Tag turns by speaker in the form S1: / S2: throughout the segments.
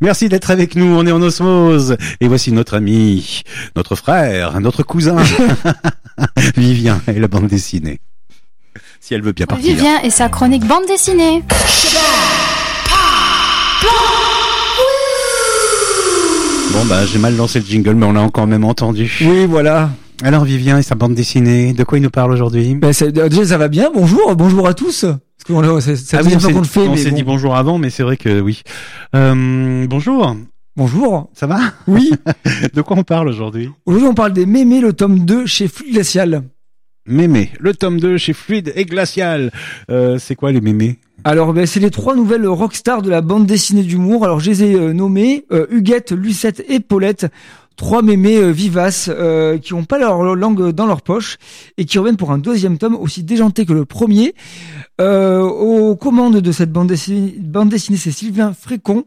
S1: Merci d'être avec nous, on est en osmose. Et voici notre ami, notre frère, notre cousin, Vivien et la bande dessinée. Si elle veut bien partir.
S2: Vivien et sa chronique bande dessinée.
S1: Bon bah j'ai mal lancé le jingle mais on l'a encore même entendu.
S3: Oui, voilà.
S1: Alors Vivien et sa bande dessinée, de quoi il nous parle aujourd'hui
S3: Ben, c'est- déjà, ça va bien. Bonjour, bonjour à tous. Parce que on l'a- c'est c'est la
S1: Ah oui,
S3: deuxième
S1: on
S3: fois
S1: s'est-
S3: qu'on le fait.
S1: on
S3: mais
S1: s'est
S3: bon.
S1: dit bonjour avant mais c'est vrai que oui. Euh, bonjour,
S3: Bonjour.
S1: ça va
S3: Oui.
S1: De quoi on parle aujourd'hui
S3: Aujourd'hui, on parle des mémés, le tome 2 chez Flux Glacial.
S1: Mémé, le tome 2 chez Fluide et Glacial. Euh, c'est quoi les mémés
S3: Alors, ben, c'est les trois nouvelles rockstars de la bande dessinée d'humour. Alors, je les ai euh, nommées euh, Huguette, Lucette et Paulette. Trois mémés euh, vivaces euh, qui n'ont pas leur langue dans leur poche et qui reviennent pour un deuxième tome aussi déjanté que le premier. Euh, aux commandes de cette bande dessinée, bande dessinée c'est Sylvain Frécon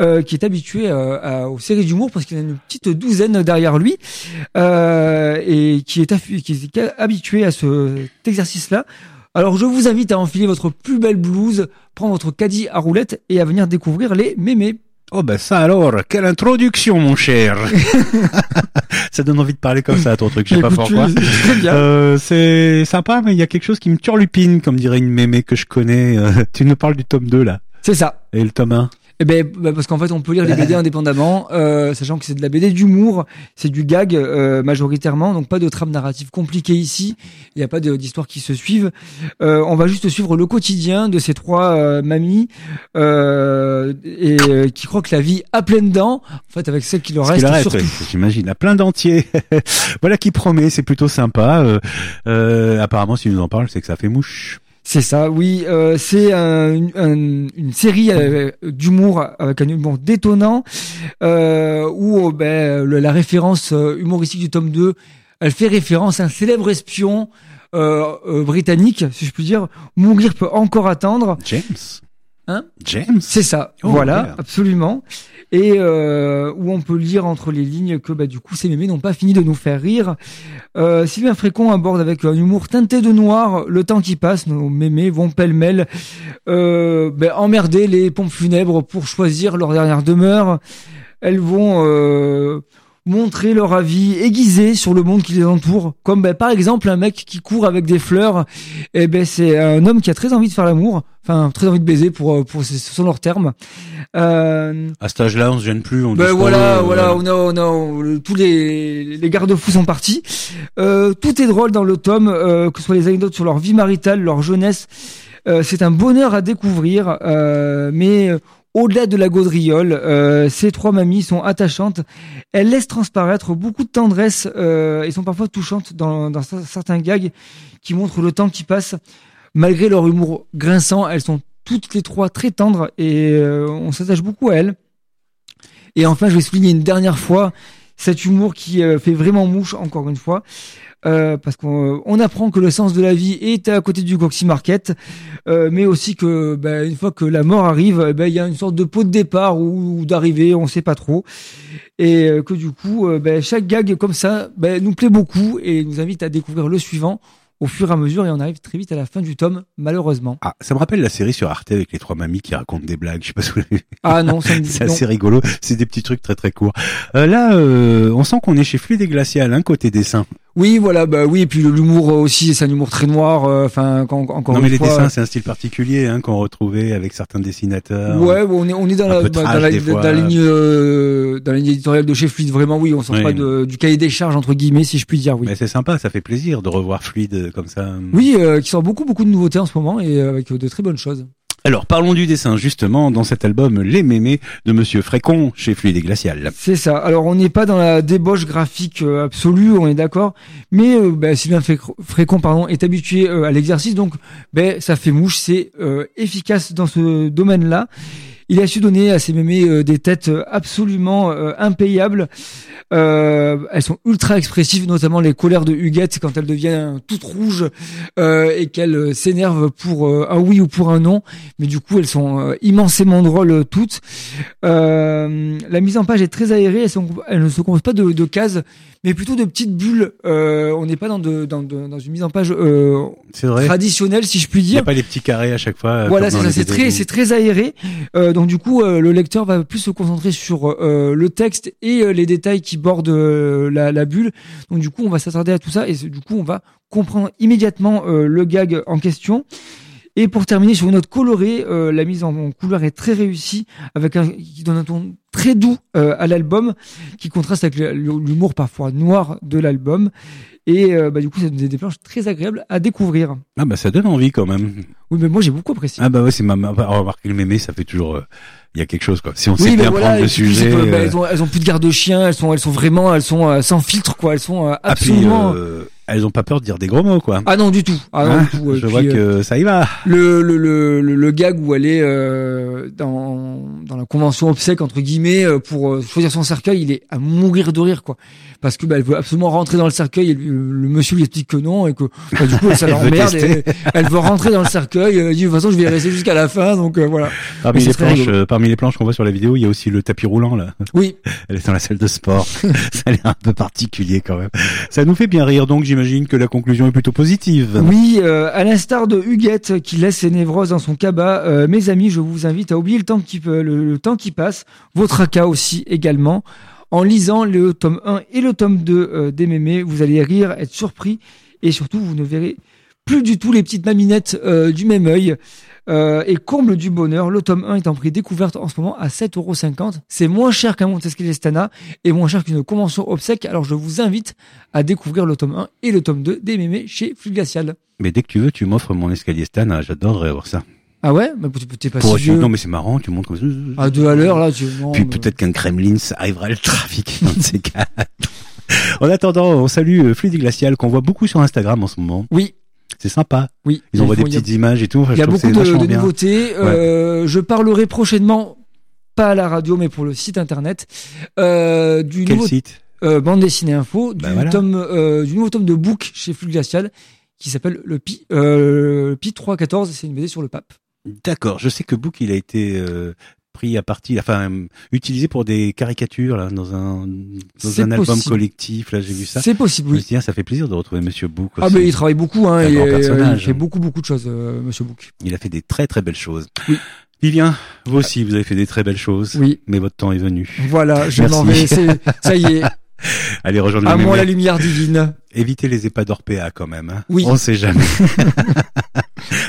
S3: euh, qui est habitué euh, à- aux séries d'humour parce qu'il a une petite douzaine derrière lui euh, et qui est, affu- qui est habitué à ce- cet exercice-là. Alors je vous invite à enfiler votre plus belle blouse, prendre votre caddie à roulettes et à venir découvrir les mémés.
S1: Oh ben ça alors, quelle introduction mon cher Ça donne envie de parler comme ça à ton truc, je sais pas
S3: Écoute,
S1: pourquoi.
S3: tu- Très bien.
S1: Euh, c'est sympa, mais il y a quelque chose qui me turlupine, comme dirait une mémé que je connais. Euh, tu nous parles du tome 2, là.
S3: C'est ça.
S1: Et le tome 1
S3: Eh ben, bah, parce qu'en fait, on peut lire les BD indépendamment, euh, sachant que c'est de la BD d'humour, c'est du gag euh, majoritairement, donc pas de trame narrative compliquée ici. Il n'y a pas de- d'histoires qui se suivent. Euh, on va juste suivre le quotidien de ces trois euh, mamies euh, et euh, qui croient que la vie à pleines dents, en fait, avec celle qui leur
S1: Ce
S3: reste,
S1: qu'il arrête,
S3: surtout.
S1: ouais, j'imagine, à plein d'entiers. voilà qui promet, c'est plutôt sympa. Euh, euh, apparemment, s'il nous en parle, c'est que ça fait mouche.
S3: C'est ça, oui. euh, c'est un- un- une série euh, d'humour avec un humour détonnant euh, où euh, ben, le- la référence euh, humoristique du tome 2, elle fait référence à un célèbre espion euh, euh, britannique, si je puis dire. Mourir peut encore attendre.
S1: James
S3: Hein
S1: James
S3: C'est ça,
S1: Oh,
S3: voilà,
S1: merde.
S3: absolument. Et euh, où on peut lire entre les lignes que bah, du coup ces mémés n'ont pas fini de nous faire rire. Euh, Sylvain Frécon aborde avec un humour teinté de noir le temps qui passe. Nos mémés vont pêle-mêle euh, ben, emmerder les pompes funèbres pour choisir leur dernière demeure. Elles vont euh, montrer leur avis aiguisé sur le monde qui les entoure. Comme ben, par exemple un mec qui court avec des fleurs eh ben c'est un homme qui a très envie de faire l'amour, enfin très envie de baiser pour euh, pour ce ce sont leurs termes. Euh,
S1: À cet âge-là, on se gêne plus. On dit
S3: ben
S1: ce qu'on
S3: voilà,
S1: veut,
S3: voilà, on a, on a- on- le- tous les, les garde-fous sont partis. Euh, tout est drôle dans le tome, euh, que ce soit les anecdotes sur leur vie maritale, leur jeunesse. Euh, c'est un bonheur à découvrir, euh, mais euh, au-delà de la gaudriole, euh, ces trois mamies sont attachantes. Elles laissent transparaître beaucoup de tendresse euh, et sont parfois touchantes dans, dans cer- certains gags qui montrent le temps qui passe. Malgré leur humour grinçant, elles sont toutes les trois très tendres et euh, on s'attache beaucoup à elles. Et enfin, je vais souligner une dernière fois cet humour qui euh, fait vraiment mouche, encore une fois, euh, parce qu'on euh, on apprend que le sens de la vie est à côté du Goxy Market, euh, mais aussi que bah, une fois que la mort arrive, eh ben, il y a une sorte de pot de départ ou, ou d'arrivée, on sait pas trop, et euh, que du coup, euh, bah, chaque gag comme ça bah, nous plaît beaucoup et nous invite à découvrir le suivant au fur et à mesure, et on arrive très vite à la fin du tome, malheureusement.
S1: Ah, ça me rappelle la série sur Arte avec les trois mamies qui racontent des blagues. Je sais pas si vous l'avez vu.
S3: Ah non, ça me dit
S1: C'est
S3: non.
S1: assez rigolo. C'est des petits trucs très très courts. Euh, là, euh, on sent qu'on est chez Fluide et Glacial, hein, côté dessin.
S3: Oui, voilà, bah oui, et puis le- l'humour euh, aussi, c'est un humour très noir, euh, enfin, quand- encore
S1: non
S3: une
S1: mais les
S3: fois.
S1: dessins, c'est un style particulier hein, qu'on retrouvait avec certains dessinateurs.
S3: Ouais, bon, on est, on est dans,
S1: hein. un
S3: la,
S1: peu
S3: bah,
S1: trash
S3: dans, la,
S1: des fois.
S3: dans la ligne, euh, dans la ligne éditoriale de chez Fluide, vraiment, oui, on sort
S1: Oui.
S3: pas de- du cahier des charges, entre guillemets, si je puis dire, oui.
S1: Mais c'est sympa, ça fait plaisir de revoir Fluide euh, comme ça.
S3: Oui, euh, qui sort beaucoup, beaucoup de nouveautés en ce moment et euh, avec euh, de très bonnes choses.
S1: Alors parlons du dessin justement dans cet album Les Mémés de Monsieur Frécon chez Fluide et Glacial.
S3: C'est ça. Alors, on n'est pas dans la débauche graphique euh, absolue, on est d'accord, mais euh, bah, Sylvain Fréc- Frécon pardon, est habitué euh, à l'exercice, donc ben, ça fait mouche, c'est euh, efficace dans ce domaine-là. Il a su donner à ses mémés euh, des têtes euh, absolument euh, impayables. Euh, elles sont ultra expressives, notamment les colères de Huguette quand elle devient toute rouge euh, et qu'elle euh, s'énerve pour euh, un oui ou pour un non. Mais du coup, elles sont euh, immensément drôles euh, toutes. Euh, la mise en page est très aérée. Elles, sont- elles ne se composent pas de, de cases, mais plutôt de petites bulles. Euh, on n'est pas dans, de, dans, de- dans une mise en page euh,
S1: C'est vrai.
S3: traditionnelle, si je puis
S1: Il n'y a
S3: dire.
S1: pas les petits carrés à chaque fois. euh,
S3: Voilà,
S1: comme
S3: c'est
S1: dans
S3: ça,
S1: les
S3: c'est
S1: BD.
S3: très, c'est très aéré. Euh, donc du coup, euh, le lecteur va plus se concentrer sur euh, le texte et euh, les détails qui bordent euh, la, la bulle. Donc du coup, on va s'attarder à tout ça et c'est- du coup, on va comprendre immédiatement euh, le gag en question. Et pour terminer sur une note colorée, euh, la mise en couleur est très réussie, avec un qui donne un ton très doux euh, à l'album, qui contraste avec le- l'humour parfois noir de l'album. Et euh, bah, du coup, ça donne des des planches très agréables à découvrir.
S1: Ah bah ça donne envie quand même.
S3: Oui, mais moi j'ai beaucoup apprécié.
S1: Ah bah ouais, c'est ma... ma- bah, remarque le mémé, ça fait toujours... euh, Il y a quelque chose quoi. Si on sait
S3: oui, mais
S1: bien
S3: voilà,
S1: prendre le
S3: et puis, tu sais
S1: sujet...
S3: que, bah,
S1: euh,
S3: elles, ont, elles ont plus de garde-chiens, elles sont, elles sont vraiment, elles sont euh, sans filtre quoi, elles sont euh,
S1: ah, puis,
S3: absolument.
S1: euh, elles ont pas peur de dire des gros mots quoi.
S3: Ah non du tout, ah non
S1: Hein
S3: du tout. euh,
S1: Je
S3: puis,
S1: vois
S3: euh,
S1: que ça y va.
S3: le, le, le, le, le gag où elle est euh, dans, dans la convention obsèque entre guillemets euh, pour euh, choisir son cercueil, il est à mourir de rire quoi, parce que bah, elle veut absolument rentrer dans le cercueil et lui- le monsieur lui explique que non et que bah, du coup ça
S1: Elle veut
S3: l'emmerde.
S1: tester.
S3: et Elle veut rentrer dans le cercueil, elle dit de toute façon je vais rester jusqu'à la fin donc euh, voilà.
S1: Parmi
S3: c'est
S1: les,
S3: très
S1: planches,
S3: rigolo.
S1: euh, parmi les planches qu'on voit sur la vidéo, il y a aussi le tapis roulant là.
S3: Oui,
S1: Elle est dans la salle de sport. ça a l'air un peu particulier quand même. Ça nous fait bien rire donc j'imagine que la conclusion est plutôt positive.
S3: Oui, euh, à l'instar de Huguette qui laisse ses névroses dans son cabas, euh, mes amis, je vous invite à oublier le temps qui, euh, le, le temps qui passe, vos tracas aussi également. En lisant le tome 1 et le tome 2 euh, des mémés, vous allez rire, être surpris et surtout vous ne verrez plus du tout les petites maminettes euh, du même œil. Euh, et comble du bonheur, le tome 1 est en prix découverte en ce moment à 7,50€. C'est moins cher qu'un Montesquieu Stana et moins cher qu'une convention obsèque. Alors je vous invite à découvrir le tome 1 et le tome 2 des mémés chez Fulgacial.
S1: Mais dès que tu veux, tu m'offres mon escalier Stan. Ah, J'adorerais avoir ça.
S3: Ah ouais Mais tu- t'es pas
S1: Pour
S3: si vieux. Ah,
S1: Non mais c'est marrant, tu montes comme ça.
S3: À deux à l'heure, là, tu... non,
S1: Puis
S3: mais-
S1: peut-être qu'un Kremlin ça arrivera à le trafic dans ces quatre. En attendant, on salue euh, Fluide Glacial qu'on voit beaucoup sur Instagram en ce moment.
S3: Oui,
S1: C'est sympa.
S3: oui.
S1: Ils envoient
S3: font-
S1: des
S3: il y a-
S1: petites images et tout. Enfin,
S3: Il y a
S1: je trouve
S3: beaucoup
S1: que c'est
S3: de,
S1: vachement
S3: de
S1: bien.
S3: nouveautés. Euh, je parlerai prochainement, pas à la radio, mais pour le site internet, euh, du
S1: Quel
S3: nouveau
S1: site
S3: euh, bande dessinée info, du,
S1: Bah voilà.
S3: tome, euh, du nouveau tome de book chez Fulgacial qui s'appelle le Pi, euh, Pi 314, c'est une BD sur le pape.
S1: D'accord, je sais que Book il a été euh, pris à partie, enfin euh, utilisé pour des caricatures là dans un dans
S3: C'est
S1: un album
S3: possible.
S1: collectif. Là j'ai vu ça.
S3: C'est possible,
S1: Je me
S3: oui.
S1: suis dit, ah, ça fait plaisir de retrouver Monsieur Book.
S3: Ah
S1: aussi.
S3: mais il travaille beaucoup, hein,
S1: C'est un
S3: et,
S1: grand
S3: euh, il
S1: personnage,
S3: fait
S1: hein.
S3: beaucoup beaucoup de choses, euh, Monsieur Book.
S1: Il a fait des très très belles choses.
S3: Oui.
S1: Vivien, vous aussi vous avez fait des très belles choses.
S3: Oui,
S1: Mais votre temps est venu.
S3: voilà, je m'en vais.
S1: Merci.
S3: c'est- Ça y est,
S1: Allez rejoindre
S3: à
S1: le
S3: moi la
S1: mémé.
S3: lumière divine.
S1: Évitez les EHPAD d'Orpea quand même. hein.
S3: Oui.
S1: On sait jamais.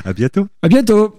S1: à bientôt.
S3: À bientôt.